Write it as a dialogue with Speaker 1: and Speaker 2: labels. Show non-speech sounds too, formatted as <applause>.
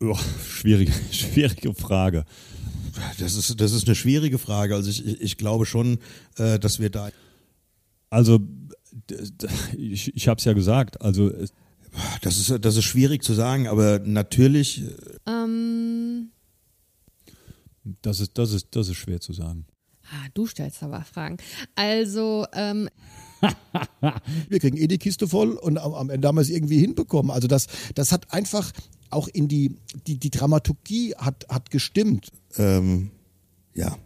Speaker 1: Oh, schwierige, <laughs> schwierige Frage.
Speaker 2: Das ist, das ist eine schwierige Frage. Also ich, ich glaube schon, äh, dass wir da.
Speaker 1: Also, d- d- ich, ich habe es ja gesagt. Also, es-
Speaker 2: Das ist, das ist schwierig zu sagen, aber natürlich,
Speaker 3: Ähm,
Speaker 1: das ist, das ist, das ist schwer zu sagen.
Speaker 3: ah, du stellst aber Fragen. Also, ähm,
Speaker 4: Wir kriegen eh die Kiste voll und am, am Ende haben wir es irgendwie hinbekommen. Also das, das hat einfach auch in die, die, die Dramaturgie hat, hat gestimmt.
Speaker 2: ähm, ja.